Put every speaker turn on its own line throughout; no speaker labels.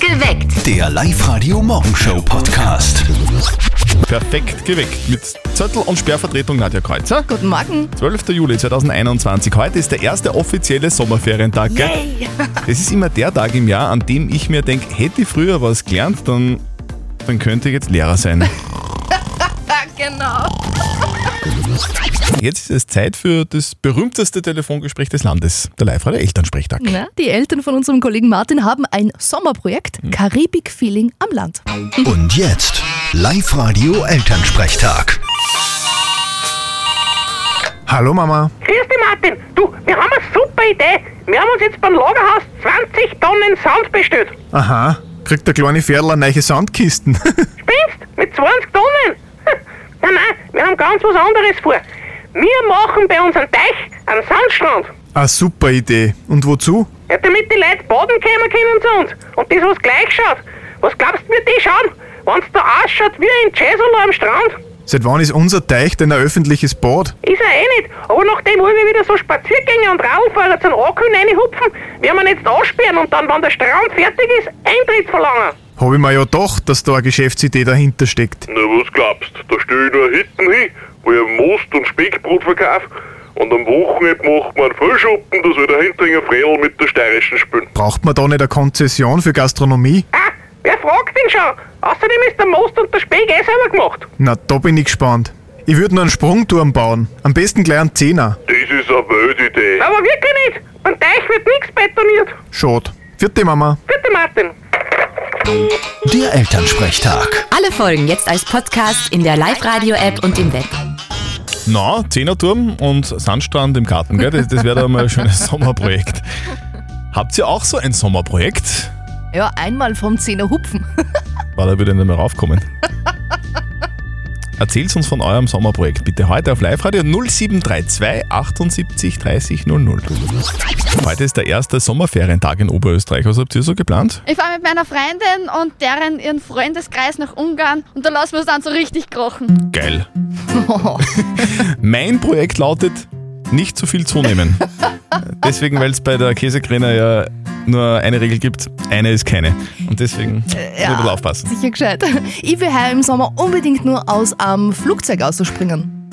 Geweckt.
Der Live-Radio-Morgenshow-Podcast.
Perfekt geweckt mit Zettel und Sperrvertretung Nadja Kreuzer.
Guten Morgen.
12. Juli 2021. Heute ist der erste offizielle Sommerferientag. Gell?
Yay.
Es ist immer der Tag im Jahr, an dem ich mir denke, hätte ich früher was gelernt, dann, dann könnte ich jetzt Lehrer sein.
genau.
Jetzt ist es Zeit für das berühmteste Telefongespräch des Landes, der Live-Radio Elternsprechtag.
Na, die Eltern von unserem Kollegen Martin haben ein Sommerprojekt,
Hm.
Karibik-Feeling am Land.
Und jetzt Live-Radio-Elternsprechtag.
Hallo Mama.
Grüß dich, Martin. Du, wir haben eine super Idee. Wir haben uns jetzt beim Lagerhaus 20 Tonnen Sand bestellt.
Aha, kriegt der kleine Pferdl eine neue Sandkisten?
Spinnst? Mit 20 Tonnen? nein, nein, wir haben ganz was anderes vor. Wir machen bei unserem Teich einen Sandstrand.
Eine super Idee. Und wozu?
Ja, damit die Leute baden kommen können zu uns. Und das, was gleich schaut. Was glaubst du, wir die schauen? Wenn's da ausschaut wie ein Jazzolo am Strand.
Seit wann ist unser Teich denn ein öffentliches Bad?
Ist er eh nicht. Aber nachdem alle wieder so Spaziergänge und Radlfahrer zum Ankühlen reinhupfen, werden wir ihn jetzt aussperren und dann, wenn der Strand fertig ist, Eintritt verlangen.
Hab ich mir ja gedacht, dass da eine Geschäftsidee dahinter steckt.
Na was glaubst, da stell ich nur hinten hin, wo ich Most und Speckbrot verkauf und am Wochenende macht man einen Füllschuppen, da soll der Hinterhänger Fredel mit der Steirischen spielen.
Braucht man da nicht eine Konzession für Gastronomie?
Ah, wer fragt denn schon? Außerdem ist der Most und der Speck eh selber gemacht.
Na, da bin ich gespannt. Ich würde nur einen Sprungturm bauen. Am besten gleich einen Zehner.
Das ist eine Weltidee.
Aber wirklich nicht. Beim Teich wird nichts betoniert.
Schade. Vierte Mama.
Bitte, Martin.
Der Elternsprechtag.
Alle Folgen jetzt als Podcast in der Live-Radio-App und im Web.
Na, Zehnerturm und Sandstrand im Garten, gell? Das, das wäre doch mal ein schönes Sommerprojekt. Habt ihr auch so ein Sommerprojekt?
Ja, einmal vom Zehner hupfen.
Weil da würde ich nicht mehr raufkommen. Erzählt uns von eurem Sommerprojekt bitte heute auf Live-Radio 0732 78 30 00. Heute ist der erste Sommerferientag in Oberösterreich. Was habt ihr so geplant?
Ich fahre mit meiner Freundin und deren ihren Freundeskreis nach Ungarn und da lassen wir es dann so richtig kochen.
Geil. mein Projekt lautet, nicht zu viel zunehmen. Deswegen, weil es bei der Käsekrenner ja nur eine Regel gibt, eine ist keine. Und deswegen Äh, ja. ein bisschen aufpassen.
Sicher gescheit. Ich will heuer im Sommer unbedingt nur aus am Flugzeug auszuspringen.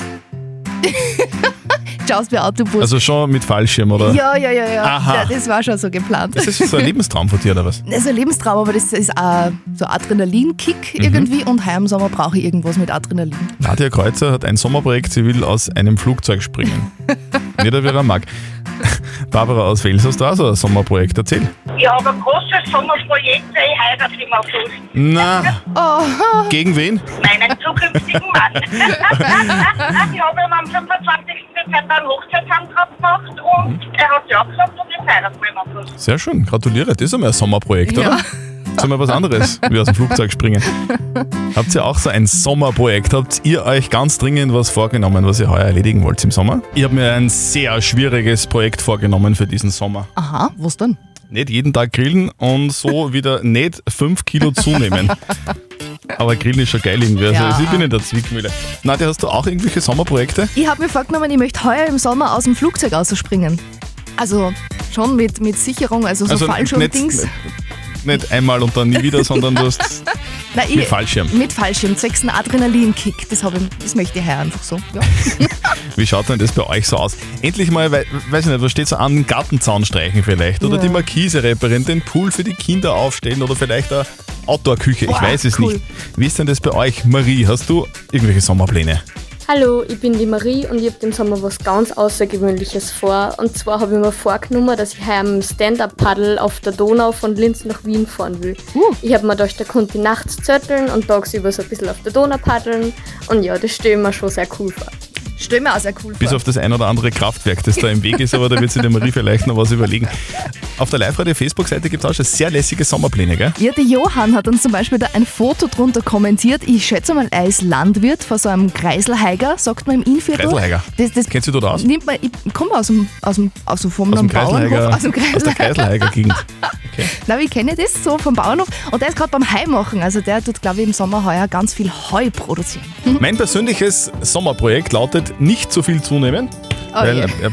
Schaust mir Autobus.
Also schon mit Fallschirm, oder?
ja, ja, ja, ja.
Also, Aha.
ja. Das war schon so geplant.
Das ist so ein Lebenstraum von dir, oder was?
Das ist ein Lebenstraum, aber das ist auch so ein Adrenalinkick
Mhm.
irgendwie und heuer im Sommer brauche ich irgendwas mit Adrenalin.
Nadja Kreuzer hat ein Sommerprojekt, sie will aus einem Flugzeug springen. Jeder, wie er mag. Barbara aus Wels, hast du auch so ein Sommerprojekt? Erzähl.
Ja, aber großes Sommerprojekt, ich heirate im August
Na, gegen wen?
meinen zukünftigen Mann. ich habe ihm am 25. Dezember einen Hochzeitshang gehabt gemacht und er hat ja gesagt, und jetzt heiraten wir im August.
Sehr schön, gratuliere. Das ist einmal ein Sommerprojekt,
Ja.
oder? Das ist einmal was anderes, wie aus dem Flugzeug springen. Habt ihr auch so ein Sommerprojekt? Habt ihr euch ganz dringend was vorgenommen, was ihr heuer erledigen wollt im Sommer? Ich habe mir ein sehr schwieriges Projekt vorgenommen für diesen Sommer.
Aha, was denn?
Nicht jeden Tag grillen und so wieder nicht 5 Kilo zunehmen. Aber grillen ist schon geil irgendwie. Also
Ja.
ich bin in der Zwickmühle. Nadja, hast du auch irgendwelche Sommerprojekte?
Ich habe mir vorgenommen, ich möchte heuer im Sommer aus dem Flugzeug ausspringen. Also schon mit, mit Sicherung, also so
Also
Fallschirm-Dings.
Nicht einmal und dann nie wieder, sondern du hast
Nein, ich-
mit Fallschirm.
Mit Fallschirm, zwecks einen Adrenalinkick. Das, hab ich, das möchte ich heuer einfach so. Ja.
Wie schaut denn das bei euch so aus? Endlich mal, wei- weiß ich nicht, was steht so an? Einen Gartenzaun streichen vielleicht oder die Markise reparieren, den Pool für die Kinder aufstellen oder vielleicht eine Outdoor-Küche. Ich
Boah,
weiß es
cool.
nicht. Wie ist denn das bei euch? Marie, hast du irgendwelche Sommerpläne?
Hallo, ich bin die Marie und ich habe im Sommer was ganz Außergewöhnliches vor. Und zwar habe ich mir vorgenommen, dass ich heim im Stand-Up-Paddle auf der Donau von Linz nach Wien fahren will. Ich habe mir gedacht, da konnte ich nachts zetteln und tagsüber so ein bisschen auf der Donau paddeln. Und ja, das stelle ich mir schon sehr cool vor.
Stell mir auch sehr cool
Bis
vor.
auf das ein oder andere Kraftwerk, das da im Weg ist, aber da wird sich der Marie vielleicht noch was überlegen. Auf der Live-Radio-Facebook-Seite gibt es auch schon sehr lässige Sommerpläne, gell?
Ja, der Johann hat uns zum Beispiel da ein Foto drunter kommentiert. Ich schätze mal, er ist Landwirt von so einem Kreiselheiger, sagt man im Innviertel.
Kreiselheiger.
Das, das
Kennst du dort aus?
Nimmt man, ich komme aus dem, aus dem, aus dem, vom
Aus dem
Bauernhof.
Kreiselheiger,
Aus dem
aus der
Kreiselheiger.
Kreiselheiger-Gegend. Okay.
Nein, ich kenne das so vom Bauernhof. Und der ist gerade beim Heu machen. Also der tut, glaube ich, im Sommer heuer ganz viel Heu produzieren.
Mhm. Mein persönliches Sommerprojekt lautet nicht zu viel zunehmen.
Oh
weil
je.
äh, äh,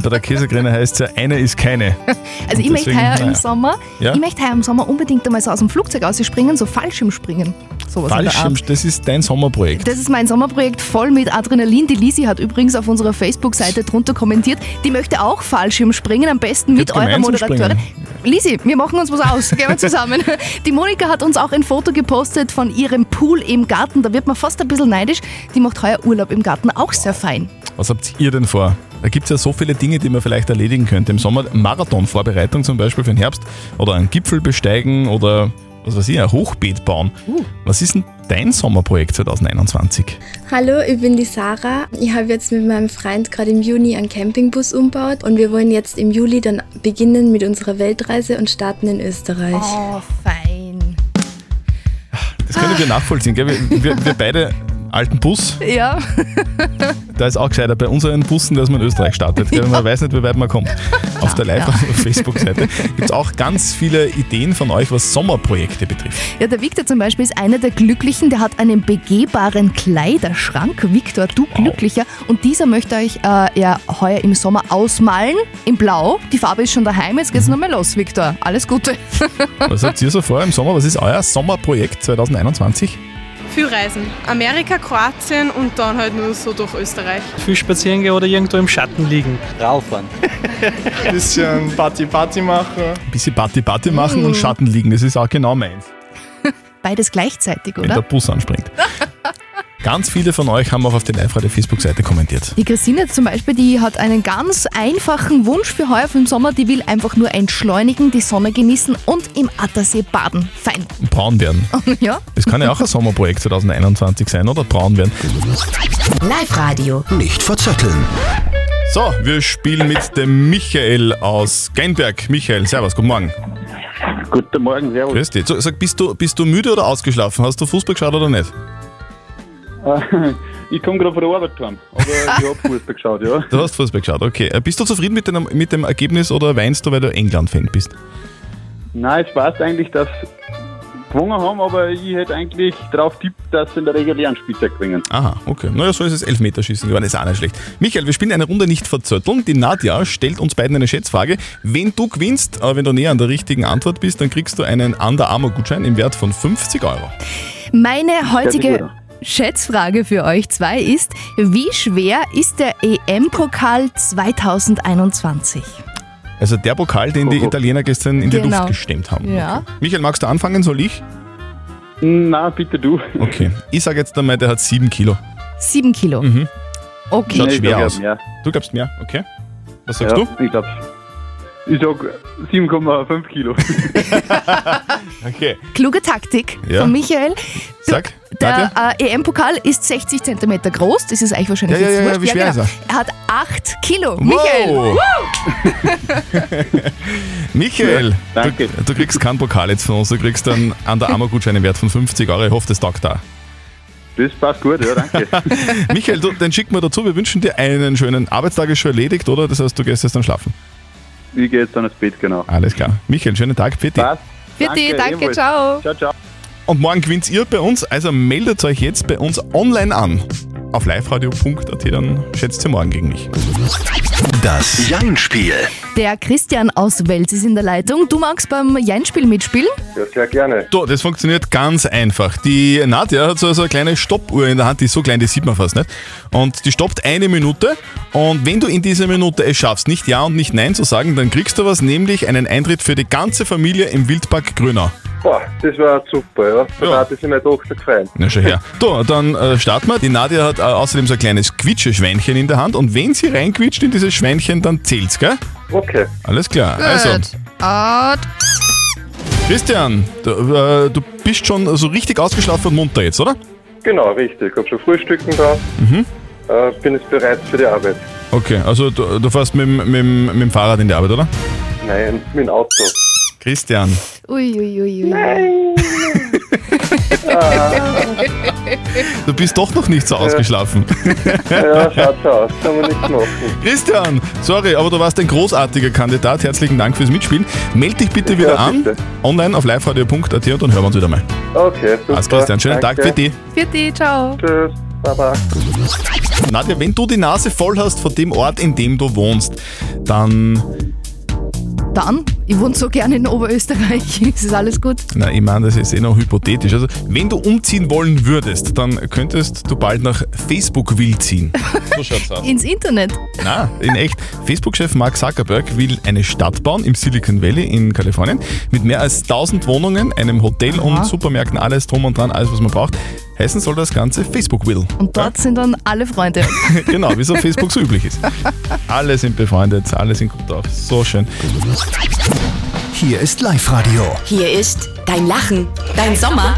bei der Käsegrenze heißt es ja, eine ist keine.
Also
Und
ich möchte
deswegen,
heuer
naja.
im Sommer,
Ja?
ich möchte heuer im Sommer unbedingt einmal so aus dem Flugzeug ausspringen, so Fallschirmspringen. Sowas in der
Fallschirm,
Art.
das ist dein Sommerprojekt.
Das ist mein Sommerprojekt voll mit Adrenalin. Die Lisi hat übrigens auf unserer Facebook-Seite drunter kommentiert, die möchte auch Fallschirm springen, am besten mit
Geht
eurer
gemeinsam
Moderatorin. Lisi, wir machen uns was aus. Gehen wir zusammen. Die Monika hat uns auch ein Foto gepostet von ihrem Pool im Garten. Da wird man fast ein bisschen neidisch. Die macht heuer Urlaub im Garten auch sehr fein.
Was habt ihr denn vor? Da gibt es ja so viele Dinge, die man vielleicht erledigen könnte im Sommer. Marathonvorbereitung zum Beispiel für den Herbst oder einen Gipfel besteigen oder was weiß ich, ein Hochbeet bauen. Was ist denn dein Sommerprojekt 2021?
Hallo, ich bin die Sarah. Ich habe jetzt mit meinem Freund gerade im Juni einen Campingbus umbaut und wir wollen jetzt im Juli dann beginnen mit unserer Weltreise und starten in Österreich.
Oh, fein.
Das können wir nachvollziehen, gell? Wir, wir, wir beide alten Bus,
Ja.
da ist auch gescheiter bei unseren Bussen, dass man in Österreich startet. Gell? Man weiß nicht, wie weit man kommt. Auf der Live-Facebook-Seite gibt es auch ganz viele Ideen von euch, was Sommerprojekte betrifft.
Ja, der Victor zum Beispiel ist einer der Glücklichen, der hat einen begehbaren Kleiderschrank. Victor, du Glücklicher. Und dieser möchte euch äh, ja heuer im Sommer ausmalen, in Blau. Die Farbe ist schon daheim, jetzt geht's nur mal los, Victor. Alles Gute.
Was habt ihr so vor im Sommer? Was ist euer Sommerprojekt 2021?
Viel Reisen. Amerika, Kroatien und dann halt nur so durch Österreich.
viel spazieren gehen oder irgendwo im Schatten liegen. Rauffahren.
Ein bisschen Party-Party machen.
Ein bisschen Party-Party machen
Mhm.
und Schatten liegen, das ist auch genau meins,
Beides gleichzeitig,
wenn der
oder?
Bus anspringt. Ganz viele von euch haben auch auf der Live-Radio-Facebook-Seite kommentiert.
Die Christine zum Beispiel, die hat einen ganz einfachen Wunsch für heuer für den Sommer. Die will einfach nur entschleunigen, die Sonne genießen und im Attersee baden. Fein.
Braun werden.
Ja?
Das kann ja auch ein Sommerprojekt 2021 sein, oder? Braun werden.
Live-Radio.
Nicht verzetteln.
So, wir spielen mit dem Michael aus Geinberg. Michael, servus, guten Morgen.
Guten Morgen, servus.
Grüß dich. So, sag, bist du, bist du müde oder ausgeschlafen? Hast du Fußball geschaut oder nicht?
Äh, ich komme gerade von der Arbeit heim, aber ich habe Fußball geschaut, ja.
Du hast Fußball geschaut, okay. Äh, Bist du zufrieden mit dem, mit dem Ergebnis oder weinst du, weil du England-Fan bist?
Nein, es passt eigentlich, dass sie gewonnen haben, aber ich hätte eigentlich darauf tippt, dass sie in der regulären Spielzeit gewinnen.
Aha, okay. Naja, so ist es Elfmeterschießen geworden, ist auch nicht schlecht. Michael, wir spielen eine Runde nicht verzötteln. Die Nadja stellt uns beiden eine Schätzfrage. Wenn du gewinnst, äh, wenn du näher an der richtigen Antwort bist, dann kriegst du einen Under Armour Gutschein im Wert von 50 Euro.
Meine
Hört sich
heutige
gut an.
Schätzfrage für euch zwei ist, wie schwer ist der EM-Pokal 2021?
Also der Pokal, den
Oh,
die Italiener gestern in die
Genau.
Luft gestemmt haben.
Ja.
Michael, magst du anfangen? Soll ich?
Na, bitte du.
Okay. Ich sage jetzt einmal, der hat 7 Kilo.
Sieben Kilo.
Mhm.
Okay.
Schaut
Nee, ich glaub,
schwer
ich
aus.
hab mehr.
Du glaubst mehr, okay. Was sagst
ja,
du?
Ich glaube, ich sage 7,5 Kilo.
Okay.
Kluge Taktik
Ja.
von Michael.
Sag,
Der äh, EM-Pokal ist 60 cm groß. Das ist eigentlich wahrscheinlich
Ja, ja,
jetzt
ja,
wurscht.
wie schwer
genau.
ist
er? hat 8 Kilo.
Wow.
Michael! Wow.
Michael, danke. Du, du kriegst keinen Pokal jetzt von uns, du kriegst einen Under Armour Gutschein im Wert von 50 Euro. Ich hoffe, das taugt da.
Das passt gut, ja, danke.
Michael, du, den schicken wir dazu. Wir wünschen dir einen schönen Arbeitstag. Ist schon erledigt, oder? Das heißt, du gehst jetzt dann schlafen.
Ich gehe jetzt dann ins Bett, genau.
Alles klar. Michael, schönen Tag. Bitte.
Bitte, danke,
ebenfalls.
ciao.
Ciao, ciao.
Und morgen gewinnt ihr bei uns, also meldet euch jetzt bei uns online an. Auf liveradio.at, dann schätzt ihr morgen gegen mich.
Das Jein-Spiel.
Der Christian aus Wels ist in der Leitung. Du magst beim Jeinspiel mitspielen?
Ja, sehr gerne.
So, das funktioniert ganz einfach. Die Nadja hat so, so eine kleine Stoppuhr in der Hand, die ist so klein, die sieht man fast nicht. Und die stoppt eine Minute. Und wenn du in dieser Minute es schaffst, nicht Ja und nicht Nein zu sagen, dann kriegst du was, nämlich einen Eintritt für die ganze Familie im Wildpark Grünau.
Boah, das war super, ja. Da hat es meiner Tochter gefallen.
Na schon her. So, dann äh, starten wir. Die Nadja hat äh, außerdem so ein kleines Quitscheschweinchen in der Hand. Und wenn sie reinquitscht in dieses Schweinchen, dann zählt's, gell?
Okay.
Alles klar. Also,
Out.
Christian, du, äh, du bist schon so richtig ausgeschlafen und munter jetzt, oder?
Genau, richtig. Ich hab schon Frühstücken drauf.
Mhm.
Äh, bin jetzt bereit für die Arbeit.
Okay, also du, du fährst mit, dem- mit, dem- mit dem Fahrrad in die Arbeit, oder?
Nein, mit dem Auto.
Christian,
Uiuiui.
Nein.
du bist doch noch nicht so ausgeschlafen.
ja, schaut so aus. Kann man nichts machen.
Christian, sorry, aber du warst ein großartiger Kandidat. Herzlichen Dank fürs Mitspielen. Meld dich bitte wieder an, online auf liveradio.at und dann hören wir uns wieder mal.
Okay, super.
Alles, Christian, schönen Tag für dich.
Vierte, ciao.
Tschüss. Baba.
Nadja, wenn du die Nase voll hast von dem Ort, in dem du wohnst, dann.
Dann, ich wohne so gerne in Oberösterreich, es ist alles gut.
Na, ich meine, das ist eh noch hypothetisch. Also, wenn du umziehen wollen würdest, dann könntest du bald nach Facebook will ziehen. So schaut's aus.
Ins Internet.
Na, in echt. Facebook-Chef Mark Zuckerberg will eine Stadt bauen im Silicon Valley in Kalifornien mit mehr als 1000 Wohnungen, einem Hotel und Supermärkten, alles drum und dran, alles was man braucht. Heißen soll das Ganze Facebook will.
Und dort sind dann alle Freunde.
genau, wie es auf Facebook so üblich ist. Alle sind befreundet, alle sind gut drauf. So schön.
Hier ist Live-Radio.
Hier ist dein Lachen, dein Sommer.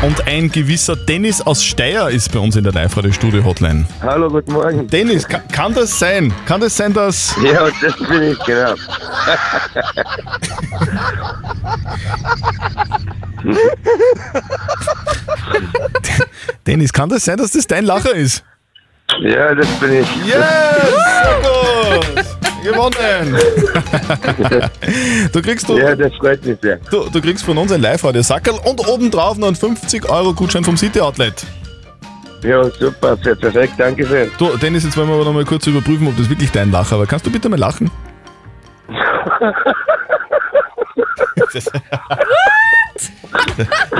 Und ein gewisser Dennis aus Steyr ist bei uns in der Live-Radio-Studio-Hotline.
Hallo, guten Morgen.
Dennis, kann, kann das sein? Kann das sein, dass...
Ja, das bin ich, genau.
Dennis, kann das sein, dass das dein Lacher ist?
ja, das bin ich.
Yes! Sehr gut! Gewonnen! du kriegst du,
Ja, das freut mich sehr.
du, du kriegst von uns ein Live-Radio-Sackerl und obendrauf noch einen 50-Euro-Gutschein vom City-Outlet.
Ja, super, sehr perfekt, danke schön.
Du, Dennis, jetzt wollen wir aber noch mal kurz überprüfen, ob das wirklich dein Lacher war. Kannst du bitte mal lachen?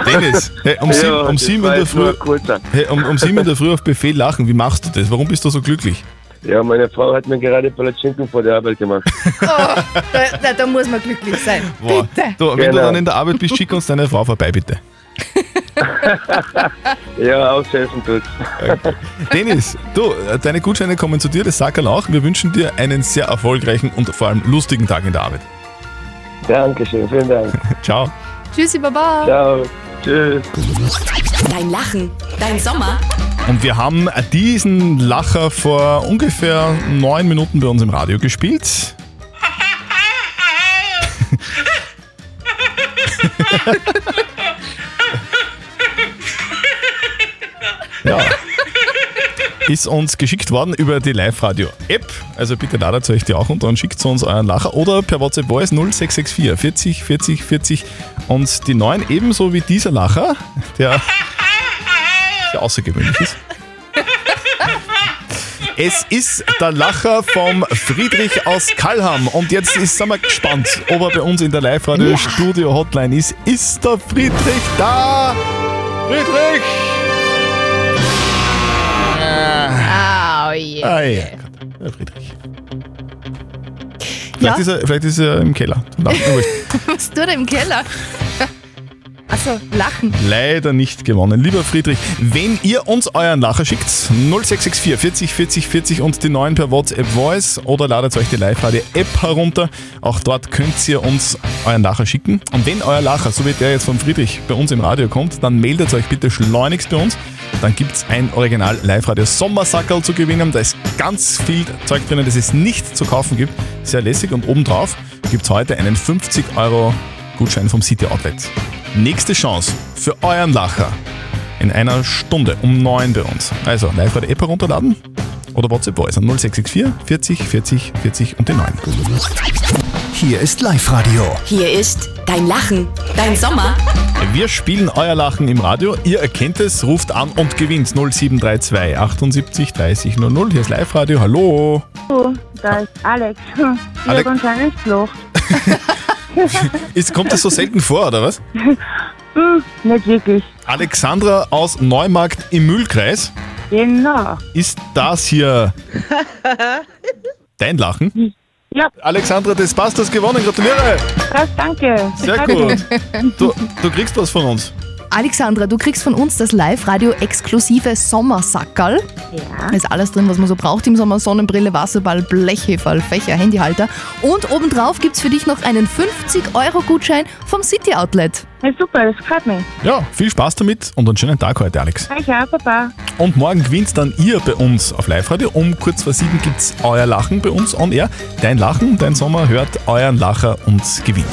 Dennis, hey, um,
Ja,
sieben, um,
das
sieben
war
in der
jetzt nur
Früh,
ein kurzer.
hey, um, um sieben in der Früh auf Befehl lachen. Wie machst du das? Warum bist du so glücklich?
Ja, meine Frau hat mir gerade Palatschinken vor der Arbeit gemacht.
Da, da, da muss man glücklich sein.
Boah.
Bitte.
Du, wenn du
Genau.
dann in der Arbeit bist, schick uns deine Frau vorbei, bitte.
Ja, aushelfen tut's.
Dennis, du, äh, deine Gutscheine kommen zu dir, das Sackerl auch. Wir wünschen dir einen sehr erfolgreichen und vor allem lustigen Tag in der Arbeit.
Dankeschön, vielen Dank.
Ciao.
Tschüssi, Baba.
Ciao. Tschüss.
Dein Lachen, dein Sommer.
Und wir haben diesen Lacher vor ungefähr neun Minuten bei uns im Radio gespielt. ja. Ist uns geschickt worden über die Live-Radio-App. Also bitte ladet euch die auch und dann schickt uns euren Lacher oder per WhatsApp Voice 0664 40 40 40 und die neuen ebenso wie dieser Lacher, der sehr außergewöhnlich ist. Es ist der Lacher vom Friedrich aus Kalham. Und jetzt ist, sind wir gespannt, ob er bei uns in der Live-Radio-Studio-Hotline ist. Ist der Friedrich da? Friedrich!
Au oh je.
Ah, ja. Der Friedrich. Vielleicht,
Ja?
ist er, vielleicht ist er im Keller. Nein, wurscht.
Was tut er im Keller? Also lachen.
Leider nicht gewonnen. Lieber Friedrich, wenn ihr uns euren Lacher schickt, 0664 40 40 40 und die neuen per WhatsApp Voice oder ladet euch die Live-Radio-App herunter. Auch dort könnt ihr uns euren Lacher schicken. Und wenn euer Lacher, so wie der jetzt von Friedrich, bei uns im Radio kommt, dann meldet euch bitte schleunigst bei uns. Dann gibt es ein Original Live-Radio Sommersackerl zu gewinnen. Da ist ganz viel Zeug drinnen, das es nicht zu kaufen gibt. Sehr lässig. Und obendrauf gibt es heute einen 50 Euro Gutschein vom City Outlet. Nächste Chance für euren Lacher in einer Stunde um 9 bei uns. Also live der App herunterladen oder WhatsApp Voice an 0664 40 40 40 und den 9.
Hier ist Live-Radio.
Hier ist dein Lachen, dein Sommer.
Wir spielen euer Lachen im Radio. Ihr erkennt es, ruft an und gewinnt 0732 78 30 00. Hier ist Live-Radio. Hallo.
Hallo, da ist Alex. Hm, Ich
Alex.
habe ein kleines Loch.
Ist, kommt das so selten vor, oder was?
Hm, nicht wirklich.
Alexandra aus Neumarkt im Mühlkreis.
Genau.
Ist das hier dein Lachen?
Ja.
Alexandra, das passt, das gewonnen. Gratuliere.
Krass, danke.
Sehr gut. Du, du kriegst was von uns.
Alexandra, du kriegst von uns das Live-Radio-exklusive Sommersackerl. Ja. Ist alles drin, was man so braucht im Sommer. Sonnenbrille, Wasserball, Blechheferl, Fächer, Handyhalter. Und obendrauf gibt's für dich noch einen 50-Euro-Gutschein vom City Outlet.
Ja, super, das freut mich.
Ja, viel Spaß damit und einen schönen Tag heute, Alex.
Hi, ja, Papa.
Und morgen gewinnt dann ihr bei uns auf Live-Radio. Um kurz vor sieben gibt's euer Lachen bei uns on air. Dein Lachen, dein Sommer hört euren Lacher und gewinnt.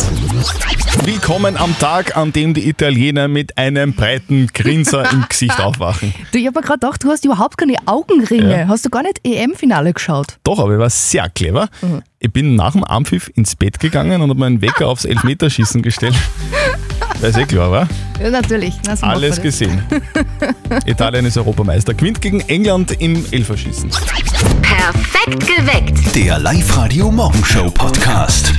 Willkommen am Tag, an dem die Italiener mit einem breiten Grinser im Gesicht aufwachen.
Du, ich habe mir gerade gedacht, du hast überhaupt keine Augenringe.
Ja.
Hast du gar nicht EM-Finale geschaut?
Doch, aber ich war sehr clever. Ich bin nach dem Anpfiff ins Bett gegangen und habe meinen Wecker aufs Elfmeterschießen gestellt. Weil es eh klar war.
Ja, natürlich. Na, so machen wir
Alles
das.
gesehen. Italien ist Europameister, gewinnt gegen England im Elferschießen.
Perfekt geweckt.
Der Live-Radio Morgenshow Podcast.